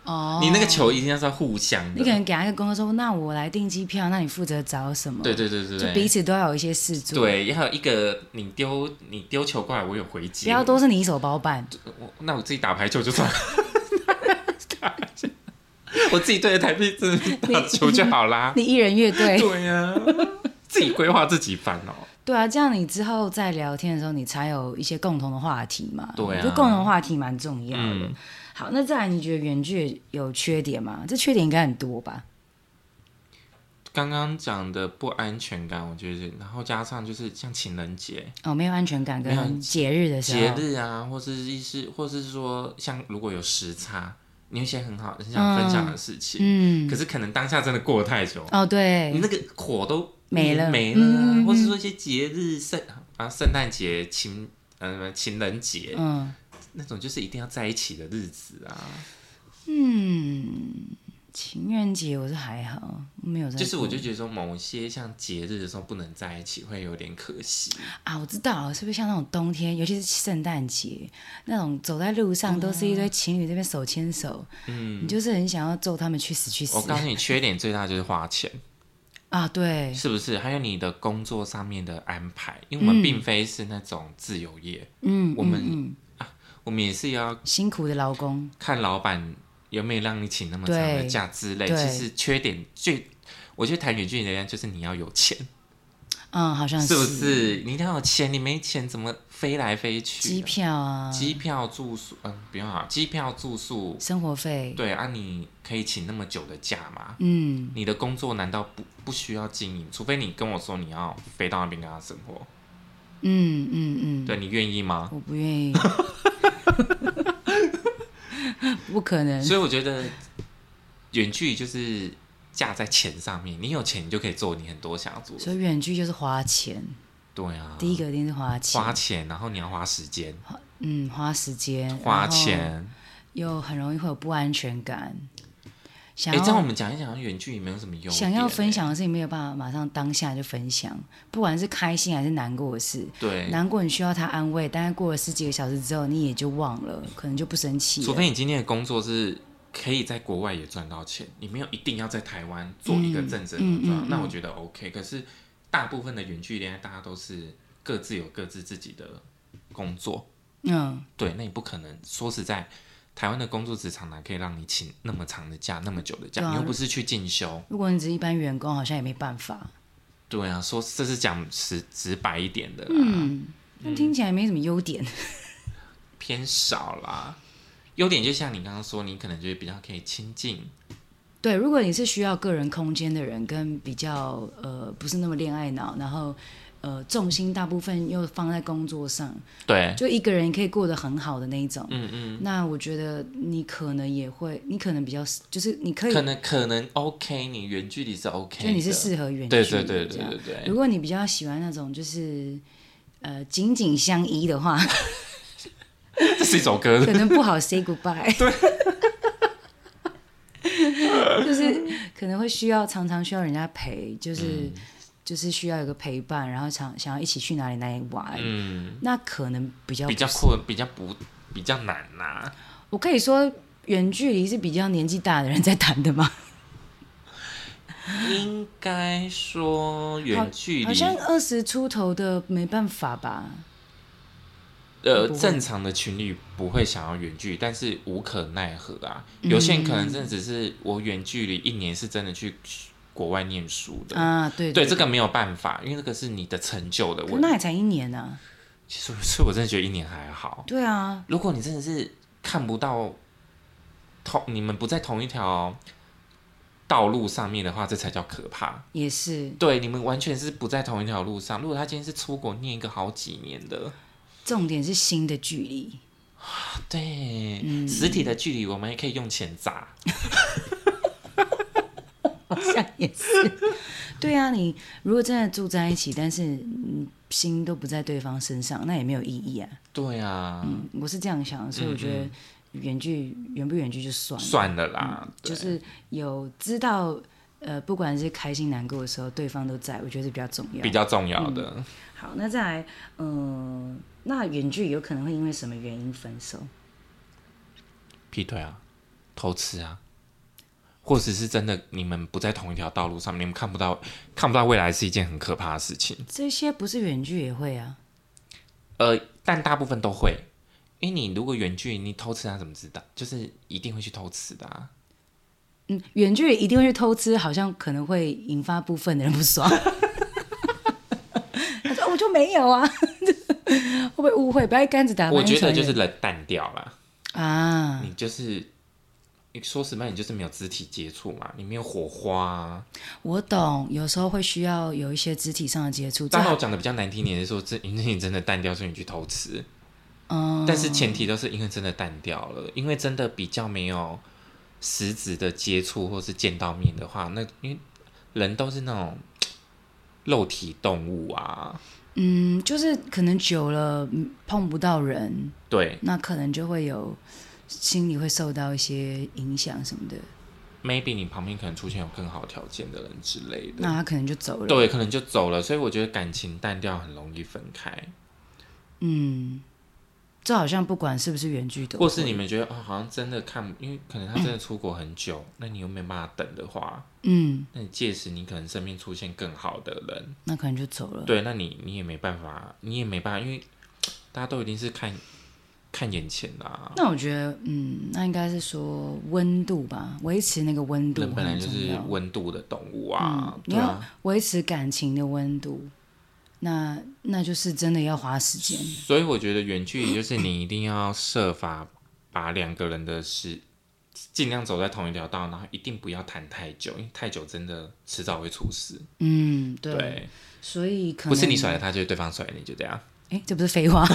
Speaker 1: 哦，
Speaker 2: 你那个球一定要是要互相
Speaker 1: 你可
Speaker 2: 的。
Speaker 1: 能给他一个工作说，那我来订机票，那你负责找什么？
Speaker 2: 对对对对
Speaker 1: 就彼
Speaker 2: 对，
Speaker 1: 此都要有一些事做，，
Speaker 2: 对，要有一个你丢你丢球过来，我有回击。
Speaker 1: 不要都是你一手包办。
Speaker 2: 我，那我自己打排球就算了。 我自己对着台币自己打球就好啦。
Speaker 1: 你一人乐 队，
Speaker 2: 对呀、自己规划自己烦哦。
Speaker 1: 对啊，这样你之后在聊天的时候，你才有一些共同的话题嘛。
Speaker 2: 对啊
Speaker 1: 我觉得共同话题蛮重要的。
Speaker 2: 嗯
Speaker 1: 好，那再来，你觉得远距有缺点吗？这缺点应该很多吧？
Speaker 2: 刚刚讲的不安全感，我觉得，然后加上就是像情人节、
Speaker 1: 哦，没有安全感
Speaker 2: 没有
Speaker 1: 跟节日的时
Speaker 2: 节
Speaker 1: 候，
Speaker 2: 日啊，或是一是，或是说像如果有时差，你有一些很好很想分享的事情，
Speaker 1: 嗯，
Speaker 2: 可是嗯可能当下真的过得太久，
Speaker 1: 哦，
Speaker 2: 你
Speaker 1: 对，
Speaker 2: 那个火都
Speaker 1: 没了
Speaker 2: 没了啊，
Speaker 1: 嗯嗯嗯
Speaker 2: 或是说一些节日圣啊圣诞节情。呃，情人节、
Speaker 1: 嗯
Speaker 2: 那种就是一定要在一起的日子啊，
Speaker 1: 嗯，情人节我是还好，没有在过，
Speaker 2: 就是我就觉得说某些像节日的时候不能在一起，会有点可惜。
Speaker 1: 啊，我知道了，是不是像那种冬天，尤其是圣诞节那种走在路上都是一堆情侣这边手牵手，
Speaker 2: 嗯，
Speaker 1: 你就是很想要揍他们去死去死
Speaker 2: 我告诉你，缺点最大就是花钱。
Speaker 1: 啊！对，
Speaker 2: 是不是？还有你的工作上面的安排，因为我们并非是那种自由业，
Speaker 1: 嗯，
Speaker 2: 我们
Speaker 1: 嗯嗯
Speaker 2: 我们也是要
Speaker 1: 辛苦的劳工，
Speaker 2: 看老板有没有让你请那么长的
Speaker 1: 对
Speaker 2: 假之类。
Speaker 1: 对
Speaker 2: 其实缺点最，我觉得谈远距离的人就是你要有钱，
Speaker 1: 嗯，好像
Speaker 2: 是不
Speaker 1: 是？
Speaker 2: 是？你一定要有钱，你没钱怎么飞来飞去？
Speaker 1: 机、票啊，
Speaker 2: 机票、住宿，嗯、不用啊，机票、住宿，
Speaker 1: 生活费，
Speaker 2: 对啊，你可以请那么久的假吗？
Speaker 1: 嗯，
Speaker 2: 你的工作难道不不需要经营？除非你跟我说你要飞到那边跟他生活，
Speaker 1: 嗯嗯嗯，
Speaker 2: 对你愿意吗？
Speaker 1: 我不 愿意，不可能，
Speaker 2: 所以我觉得远距离就是架在钱上面，你有钱你就可以做你很多想要做的事。
Speaker 1: 所以远距就是花钱，
Speaker 2: 对啊，
Speaker 1: 第一个一定是花钱，
Speaker 2: 花钱，然后你要花时间，
Speaker 1: 嗯，花时间，
Speaker 2: 花，钱。
Speaker 1: 又很容易会有不安全感，想
Speaker 2: 哎，这样我
Speaker 1: 要。
Speaker 2: 们讲一讲远距离没有什么优点，欸
Speaker 1: 想要分享的事情没有办法马上当下就分享，不管是开心还是难过的事，
Speaker 2: 对，
Speaker 1: 难过你需要他安慰，但是过了十几个小时之后，你也就忘了，可能就不生气了。
Speaker 2: 除非你今天的工作是。可以在国外也赚到钱，你没有一定要在台湾做一个正职的工作，
Speaker 1: 嗯嗯嗯
Speaker 2: 那我觉得 OK。可是大部分的远距离恋爱，大家都是各自有各自自己的工作，
Speaker 1: 嗯，
Speaker 2: 对，那你不可能说实在，台湾的工作职场哪可以让你请那么长的假、那么久的假？
Speaker 1: 对啊
Speaker 2: 你又不是去进修。
Speaker 1: 如果你只是一般员工，好像也没办法。
Speaker 2: 对啊，说这是讲直直白一点的啦，
Speaker 1: 嗯，那听起来没什么优点。
Speaker 2: 偏少啦。优点就像你刚刚说，你可能就是比较可以亲近，
Speaker 1: 对，如果你是需要个人空间的人，跟比较呃不是那么恋爱脑，然后呃重心大部分又放在工作上，
Speaker 2: 对，
Speaker 1: 就一个人可以过得很好的那一种。
Speaker 2: 嗯嗯，
Speaker 1: 那我觉得你可能也会，你可能比较就是你可以，
Speaker 2: 可能可能 OK，你远距离是 OK，
Speaker 1: 就你是
Speaker 2: 的
Speaker 1: 适合远距
Speaker 2: 对
Speaker 1: 离
Speaker 2: 对对
Speaker 1: 这
Speaker 2: 对
Speaker 1: 样
Speaker 2: 对对，
Speaker 1: 如果你比较喜欢那种就是呃紧紧相依的话，
Speaker 2: 这是一首歌，
Speaker 1: 可能不好 say goodbye。就是可能会需要常常需要人家陪，就是、
Speaker 2: 嗯
Speaker 1: 就是需要有个陪伴，然后想想要一起去哪里哪里玩，
Speaker 2: 嗯，
Speaker 1: 那可能比较
Speaker 2: 比较困，比较不比较难啦、
Speaker 1: 我可以说远距离是比较年纪大的人在谈的吗？
Speaker 2: 应该说远距
Speaker 1: 好
Speaker 2: 离，
Speaker 1: 像二十出头的没办法吧？
Speaker 2: 呃，
Speaker 1: 不会
Speaker 2: 正常的情侣不会想要远距离，但是无可奈何啊。有些人可
Speaker 1: 嗯
Speaker 2: 能真的只是我远距离一年是真的去国外念书的，
Speaker 1: 啊，对
Speaker 2: 对这个没有办法，因为这个是你的成就的
Speaker 1: 可
Speaker 2: 问
Speaker 1: 那
Speaker 2: 题。
Speaker 1: 也才一年呢、
Speaker 2: 其实，所以我真的觉得一年还好。
Speaker 1: 对啊，
Speaker 2: 如果你真的是看不到同你们不在同一条道路上面的话，这才叫可怕。
Speaker 1: 也是
Speaker 2: 对，你们完全是不在同一条路上。如果他今天是出国念一个好几年的，
Speaker 1: 重点是心的距离。
Speaker 2: 对，
Speaker 1: 嗯
Speaker 2: 实体的距离我们也可以用钱砸。
Speaker 1: 好像也是。对啊，你如果真的住在一起，但是嗯心都不在对方身上，那也没有意义啊。
Speaker 2: 对啊，
Speaker 1: 嗯，我是这样想的，所以我觉得远距远不远距就算了，
Speaker 2: 嗯算了啦，
Speaker 1: 嗯就
Speaker 2: 对
Speaker 1: 是有知道。呃，不管是开心难过的时候，对方都在，我觉得是比较重要。
Speaker 2: 比较重要的。
Speaker 1: 好，那再来，嗯、那远距有可能会因为什么原因分手？
Speaker 2: 劈腿啊，偷吃啊，或者是真的你们不在同一条道路上面，你们看不到看不到未来是一件很可怕的事情。
Speaker 1: 这些不是远距也会啊，
Speaker 2: 呃，但大部分都会，因为你如果远距离，你偷吃他怎么知道？就是一定会去偷吃的啊。
Speaker 1: 嗯，远距一定会去偷吃，好像可能会引发部分的人不爽。 他说：“哦我就没有啊，会不会误会？不要一竿子打翻
Speaker 2: 我
Speaker 1: 一船
Speaker 2: 觉
Speaker 1: 人。
Speaker 2: 得就是冷淡掉了，
Speaker 1: 啊，
Speaker 2: 你就是。你说实在，你就是没有肢体接触嘛，你没有火花、啊。
Speaker 1: 我懂，有时候会需要有一些肢体上的接触。这
Speaker 2: 当然，我讲的比较难听点是说，这因为你真的淡掉，所以你去偷吃。
Speaker 1: 嗯，
Speaker 2: 但是前提都是因为真的淡掉了，因为真的比较没有实质的接触或是见到面的话，那因为人都是那种肉体动物啊，
Speaker 1: 嗯，就是可能久了嗯碰不到人，
Speaker 2: 对
Speaker 1: 那可能就会有心里会受到一些影响什么的，
Speaker 2: ，maybe 你旁边可能出现有更好条件的人之类的，
Speaker 1: 那他可能就走了。，
Speaker 2: 对，可能就走了。所以我觉得感情淡掉很容易分开，
Speaker 1: 嗯，这好像不管是不是远距都会，
Speaker 2: 或是你们觉得啊、好像真的看，因为可能他真的出国很久，那你又没办法等的话，
Speaker 1: 嗯，
Speaker 2: 那你届时你可能身边出现更好的人，
Speaker 1: 那可能就走了。
Speaker 2: 对，那你你也没办法，你也没办法，因为大家都一定是看看眼前的啊。
Speaker 1: 那我觉得，嗯，那应该是说温度吧，维持那个温度
Speaker 2: 人本来
Speaker 1: 很
Speaker 2: 就
Speaker 1: 重
Speaker 2: 是
Speaker 1: 要。嗯
Speaker 2: 温度的动物啊，
Speaker 1: 你
Speaker 2: 对
Speaker 1: 要
Speaker 2: 啊，
Speaker 1: 维持感情的温度，那那就是真的要花时间。
Speaker 2: 所以我觉得远距离就是你一定要设法把两个人的事尽量走在同一条道，然后一定不要谈太久，因为太久真的迟早会出事。
Speaker 1: 嗯，对，
Speaker 2: 对，
Speaker 1: 所以可能
Speaker 2: 不是你甩了他，就是对方甩了你，就这样。
Speaker 1: 哎，这不是废话，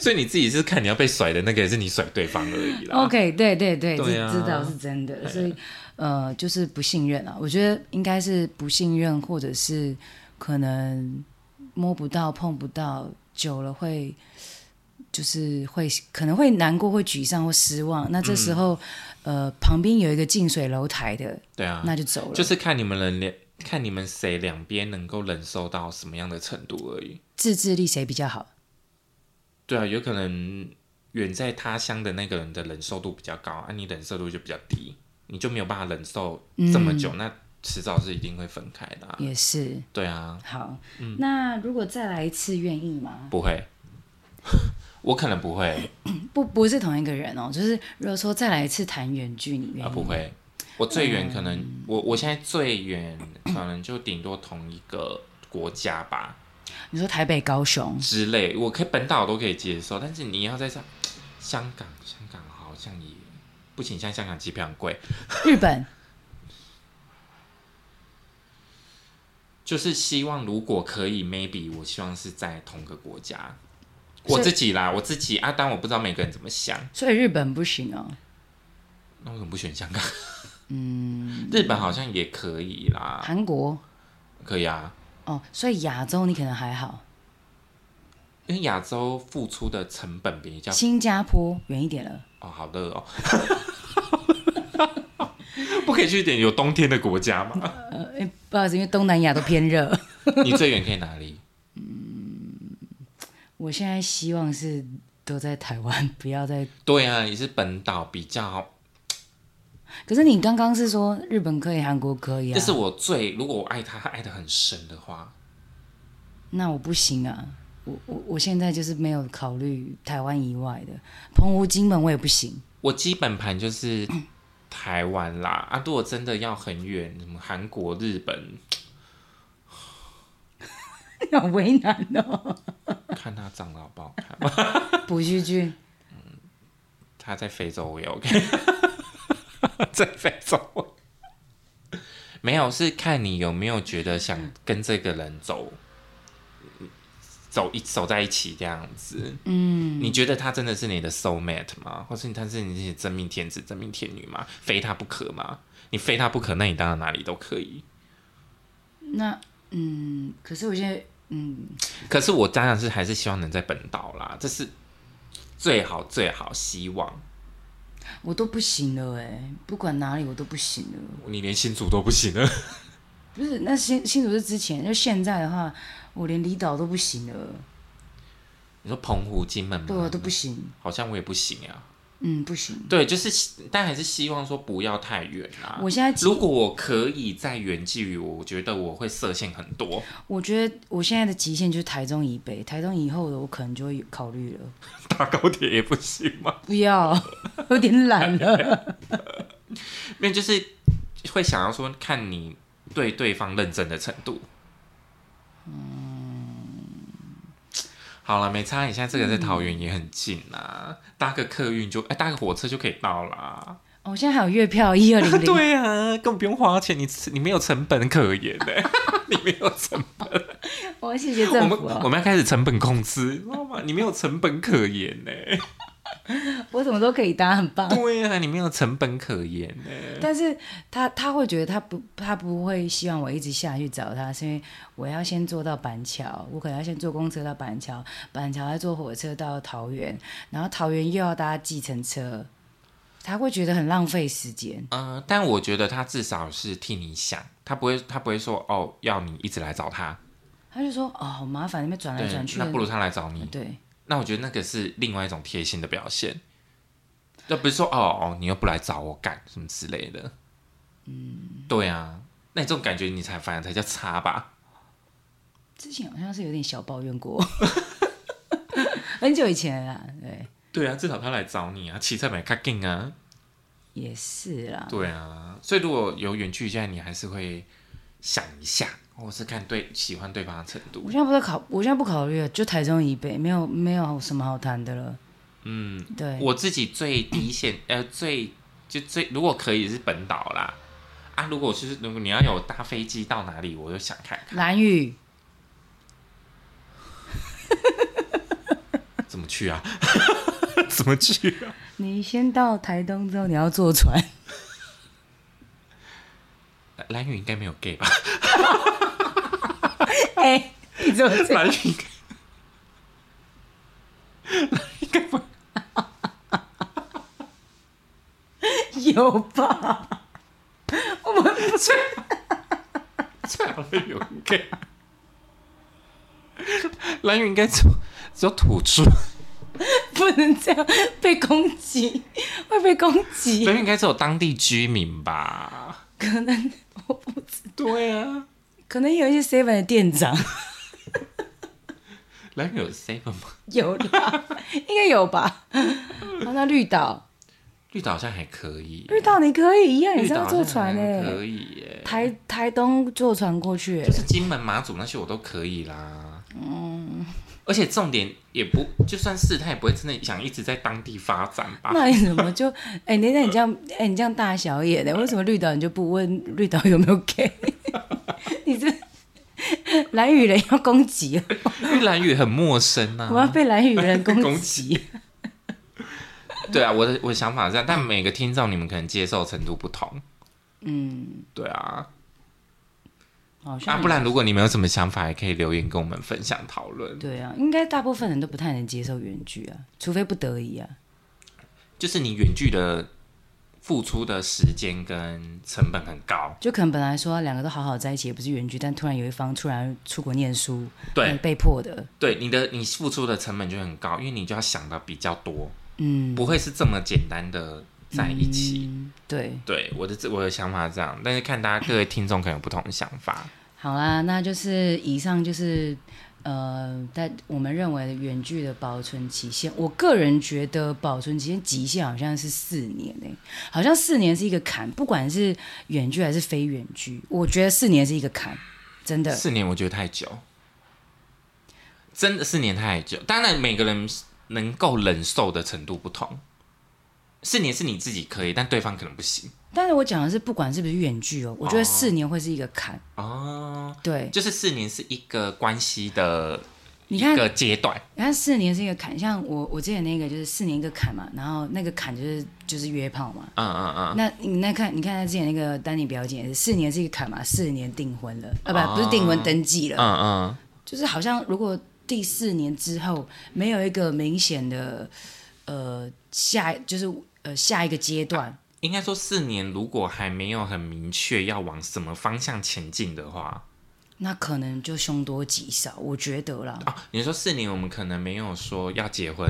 Speaker 2: 所以你自己是看你要被甩的那个，也是你甩对方而已啦。
Speaker 1: OK，对对对，
Speaker 2: 对
Speaker 1: 这
Speaker 2: 啊
Speaker 1: 知道是真的，所以呃，就是不信任啊，我觉得应该是不信任，或者是可能摸不到、碰不到，久了会就是会可能会难过、会沮丧或失望。那这
Speaker 2: 嗯
Speaker 1: 时候、呃，旁边有一个近水楼台的，
Speaker 2: 对啊，
Speaker 1: 那就走了。
Speaker 2: 就是看你们人两，看你们谁两边能够忍受到什么样的程度而已。
Speaker 1: 自制力谁比较好？
Speaker 2: 啊对啊，有可能远在他乡的那个人的忍受度比较高，啊，你忍受度就比较低，你就没有办法忍受这么久，那迟早是一定会分开的、啊。
Speaker 1: 也是
Speaker 2: 对啊，
Speaker 1: 好。那如果再来一次，愿意吗？
Speaker 2: 不会， 我可能不会
Speaker 1: 不，不是同一个人哦。就是如果说再来一次谈远距，你愿
Speaker 2: 啊，
Speaker 1: 意
Speaker 2: 不
Speaker 1: 吗？
Speaker 2: 会。我最远可能，我我现在最远可能就顶多同一个国家吧，
Speaker 1: 你说台北、高雄，
Speaker 2: 之类，我可以本岛都可以接受，但是你要在上香港，香港好像也不行，像香港机票很贵，
Speaker 1: 日本，
Speaker 2: 就是希望如果可以，maybe 我希望是在同个国家，
Speaker 1: 所以
Speaker 2: 我自己啦，我自己啊，当然我不知道每个人怎么想，
Speaker 1: 所以日本不行哦。
Speaker 2: 那为什么不选香港？嗯，日本好像也可以啦，
Speaker 1: 韩国
Speaker 2: 可以啊，
Speaker 1: 哦，所以亚洲你可能还好，
Speaker 2: 因为亚洲付出的成本比较
Speaker 1: 新加坡远一点了。
Speaker 2: 哦，好热哦。 不可以去一点有冬天的国家 吗？
Speaker 1: 呃，诶不好意思，因为东南亚都偏热。
Speaker 2: 你最远可以哪里？
Speaker 1: 我现在希望是 都在台湾，不要再
Speaker 2: 对啊，你是本岛比较
Speaker 1: 可是你刚刚是说日本可以，韩国可以啊？
Speaker 2: 这是我最如果我爱他爱的很深的话，
Speaker 1: 那我不行啊，我我我现在就是没有考虑台湾以外的，澎湖、金门我也不行。
Speaker 2: 我基本盘就是台湾啦啊！如果真的要很远，什么韩国、日本，
Speaker 1: 好为难 哦，
Speaker 2: 看他长得好不好看。
Speaker 1: 补一句，
Speaker 2: 他在非洲我也 OK，在非洲没有是看你有没有觉得想跟这个人走，走一走在一起这样子。嗯，你觉得他真的是你的 soul mate 吗？或是他是你的真命天子、真命天女吗？非他不可吗？你非他不可，那你当然哪里都可以。
Speaker 1: 那嗯，可是我现在嗯，
Speaker 2: 可是我当然是还是希望能在本岛啦，这是最好最好希望。
Speaker 1: 我都不行了哎、不管哪里我都不行了。
Speaker 2: 你连新主都不行 了，
Speaker 1: 不是，那新新竹是之前，就现在的话，我连离岛都不行了，
Speaker 2: 你说澎湖、金门吗？
Speaker 1: 对啊，都不行，
Speaker 2: 好像我也不行啊。
Speaker 1: 嗯，不行。
Speaker 2: 对，就是希，但还是希望说不要太远啊。
Speaker 1: 我现在
Speaker 2: 如果我可以再远距离，我觉得我会设限很 多。
Speaker 1: 我觉得我现在的极限就是台中以北，台中以后的我可能就会考虑了，
Speaker 2: 搭高铁也不行吗？
Speaker 1: 不要， 有点懒了。
Speaker 2: 因为就是会想要说，看你对对方认真的程度。嗯，好了，没差。你现在这个在桃园也很近啊，搭个客运就哎、搭个火车就可以到啦。
Speaker 1: 哦，我现在还有月票一二零 零，
Speaker 2: 对啊，根本不用花钱，你你没有成本可言呢、 你没有成
Speaker 1: 我要谢谢
Speaker 2: 我
Speaker 1: 政
Speaker 2: 们
Speaker 1: 府啊
Speaker 2: 我！们要开始成本控制，你知道吗？你没有成本可言 呢、
Speaker 1: 我怎么都可以搭，很棒。
Speaker 2: 对啊，你没有成本可言呢、
Speaker 1: 但是他他会觉得他不他不会希望我一直下去找他，是因为我要先坐到板桥，我可能要先坐公车到板桥，板桥再坐火车到桃园，然后桃园又要搭计程车，他会觉得很浪费时间。
Speaker 2: 呃，但我觉得他至少是替你想，他不会，他不会说哦，要你一直来找他，
Speaker 1: 他就说哦，好麻烦，那边转来
Speaker 2: 对
Speaker 1: 转去
Speaker 2: 那
Speaker 1: 的。
Speaker 2: 不如他来找你。
Speaker 1: 对，
Speaker 2: 那我觉得那个是另外一种贴心的表现，那不是说哦哦，你又不来找我干什么之类的。嗯，对啊，那你这种感觉你才反而才叫差吧？
Speaker 1: 之前好像是有点小抱怨过， 很久以前啦，对，
Speaker 2: 对啊，至少他来找你啊，骑车买卡劲啊。
Speaker 1: 也是啦。
Speaker 2: 对啊，所以如果有远距离，现在你还是会想一下，或是看对喜欢对方的程
Speaker 1: 我
Speaker 2: 度。
Speaker 1: 现在不在考，我现在不考虑了，就台中以北，没有没有什么好谈的了。
Speaker 2: 嗯，
Speaker 1: 对，
Speaker 2: 我自己最低 限，呃，最就最如果可以是本岛啦。啊，如果是如果你要有搭飞机到哪里，我就想看
Speaker 1: 蓝雨
Speaker 2: 看怎么去 啊，怎么去啊？
Speaker 1: 你先到台东之后，你要 坐船。
Speaker 2: 蓝蓝雨应该没有 gay 吧？
Speaker 1: 哎、你怎么这样？
Speaker 2: 蓝雨应该，蓝雨应该不
Speaker 1: 有吧？ 我们不是
Speaker 2: 最好是有 gay。蓝雨应该只有只有土著。
Speaker 1: 不能这样被攻击，会被攻击。
Speaker 2: 所以应该只有当地居民吧？
Speaker 1: 可能我不知，
Speaker 2: 对啊，
Speaker 1: 可能有一些 seven 的店长
Speaker 2: 蓝屿有 seven 吗？
Speaker 1: 有啦， 应该有吧？好，那绿岛，
Speaker 2: 绿岛好像还可以，
Speaker 1: 绿岛你可以一样，你
Speaker 2: 绿
Speaker 1: 是
Speaker 2: 岛
Speaker 1: 要
Speaker 2: 好
Speaker 1: 坐
Speaker 2: 像
Speaker 1: 船
Speaker 2: 还
Speaker 1: 哎、
Speaker 2: 可以耶、
Speaker 1: 台台东坐船过去、欸
Speaker 2: 就，是金门、马祖那些我都可以啦。嗯，而且重点也不，就算是他也不会真的想一直在当地发展吧？
Speaker 1: 那你怎 么就哎？那、那你这样哎、你这样大小眼呢、为什么绿岛你就 不问绿岛有没有 gay？你这蓝雨人要攻击了，啊
Speaker 2: 因为蓝屿很陌生啊。
Speaker 1: 我要被蓝雨人攻击。
Speaker 2: 攻对啊，我的我的想法是这样，但每个听众你们可能接受程度不同。嗯，对啊，
Speaker 1: 好
Speaker 2: 啊，
Speaker 1: 像、
Speaker 2: 不然如果你们有什么想法，也可以留言跟我们分享讨论。
Speaker 1: 对啊，应该大部分人都不太能接受原剧啊，除非不得已啊。
Speaker 2: 就是你远距的付出的时间跟成本很高，
Speaker 1: 就可能本来说两个都好好在一起，也不是原剧，但突然有一方突然出国念书，
Speaker 2: 对
Speaker 1: 嗯被迫的，
Speaker 2: 对，你的你付出的成本就很高，因为你就要想的比较多，
Speaker 1: 嗯，
Speaker 2: 不会是这么简单的在一起。
Speaker 1: 嗯对，
Speaker 2: 对我的自我的想法是这样，但是看大家各位听众可能有不同的想法。
Speaker 1: 好啦，那就是以上就是呃，在我们认为远距的保存期限，我个人觉得保存期限极限好像是四年诶、好像四年是一个坎，不管是远距还是非远距，我觉得四年是一个坎，真的。
Speaker 2: 四年我觉得太久，真的四年太久。当然，每个人能够忍受的程度不同。四年是你自己可以，但对方可能不行
Speaker 1: 但是我讲的是，不管是不是远距哦，我觉得
Speaker 2: 哦
Speaker 1: 四年会是一个坎。
Speaker 2: 哦。
Speaker 1: 对，
Speaker 2: 就是四年是一个关系的
Speaker 1: 你
Speaker 2: 一
Speaker 1: 看
Speaker 2: 个阶段，
Speaker 1: 你看四年是一个坎，像我我之前那个就是四年一个坎嘛，然后那个坎就是就是约炮嘛。
Speaker 2: 嗯嗯嗯，
Speaker 1: 那你那看，你看他之前那个丹尼表姐也是四年是一个坎嘛，四年订婚了，啊不，不是订婚登记了，
Speaker 2: 嗯嗯，
Speaker 1: 就是好像如果第四年之后没有一个明显的呃下就是呃下一个阶段，
Speaker 2: 应该说四年如果还没有很明确要往什么方向前进的话，
Speaker 1: 那可能就凶多吉少，我觉得啦，
Speaker 2: 哦，你说四年我们可能没有说要结婚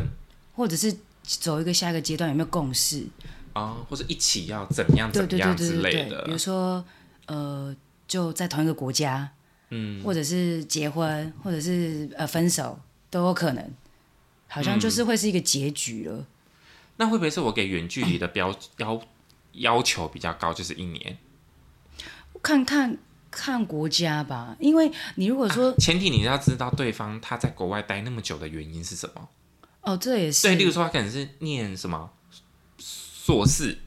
Speaker 1: 或者是走一个下一个阶段有没有共识？
Speaker 2: 哦，或者一起要怎么样
Speaker 1: 对
Speaker 2: 怎么
Speaker 1: 对对
Speaker 2: 样
Speaker 1: 对
Speaker 2: 之
Speaker 1: 对
Speaker 2: 类
Speaker 1: 对，比如
Speaker 2: 的，
Speaker 1: 说呃，就在同一个国家，嗯，或者是结婚，或者是呃分手，都有可能，好像
Speaker 2: 嗯
Speaker 1: 就是会是一个结局了。
Speaker 2: 那会不会是我给远距离的标要要求比较高，就是一年？
Speaker 1: 看看看国家吧，因为你如果说、
Speaker 2: 前提你要知道对方他在国外待那么久的原因是什么。
Speaker 1: 哦，这也是
Speaker 2: 对，例如说他可能是念什么硕士，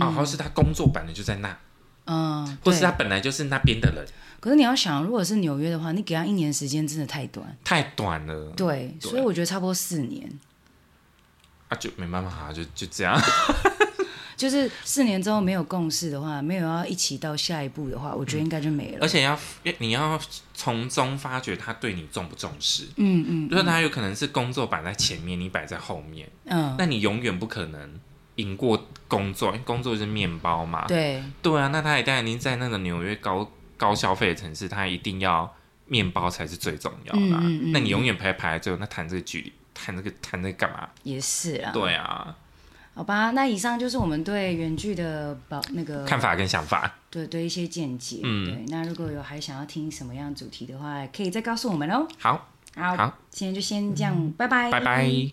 Speaker 2: 啊、或是他工作本来就在那，
Speaker 1: 嗯，
Speaker 2: 或是啊
Speaker 1: 对
Speaker 2: 他本来就是那边的人，
Speaker 1: 可是你要想，如果是纽约的话，你给他一年时间真的太短。
Speaker 2: 太短了，
Speaker 1: 对，
Speaker 2: 嗯对
Speaker 1: 所以我觉得差不多四年，
Speaker 2: 啊，就没办法啊，就就这样。
Speaker 1: 就是四年之后没有共识的话，没有要一起到下一步的话，我觉得应该就没了。
Speaker 2: 嗯 而且要你要从中发觉他对你重不重视，
Speaker 1: 嗯嗯
Speaker 2: 就是他有可能是工作摆在前面，你摆在后面，
Speaker 1: 嗯，
Speaker 2: 那你永远不可能赢过工作，因为工作就是面包嘛，
Speaker 1: 对，
Speaker 2: 对啊，那他一旦已经在那个纽约高高消费的城市，他一定要面包才是最重要的啊、
Speaker 1: 嗯嗯嗯
Speaker 2: 那你永远排排在最后，那谈这个距离，谈这个谈这个干嘛？
Speaker 1: 也是啊。
Speaker 2: 对啊，
Speaker 1: 好吧，那以上就是我们对原剧的保那个
Speaker 2: 看法跟想法，
Speaker 1: 对对一些见解。
Speaker 2: 嗯
Speaker 1: 对，那如果有还想要听什么样主题的话，可以再告诉我们哦。
Speaker 2: 好，
Speaker 1: 好，
Speaker 2: 好，嗯
Speaker 1: 今天就先这样，拜拜，
Speaker 2: 拜拜。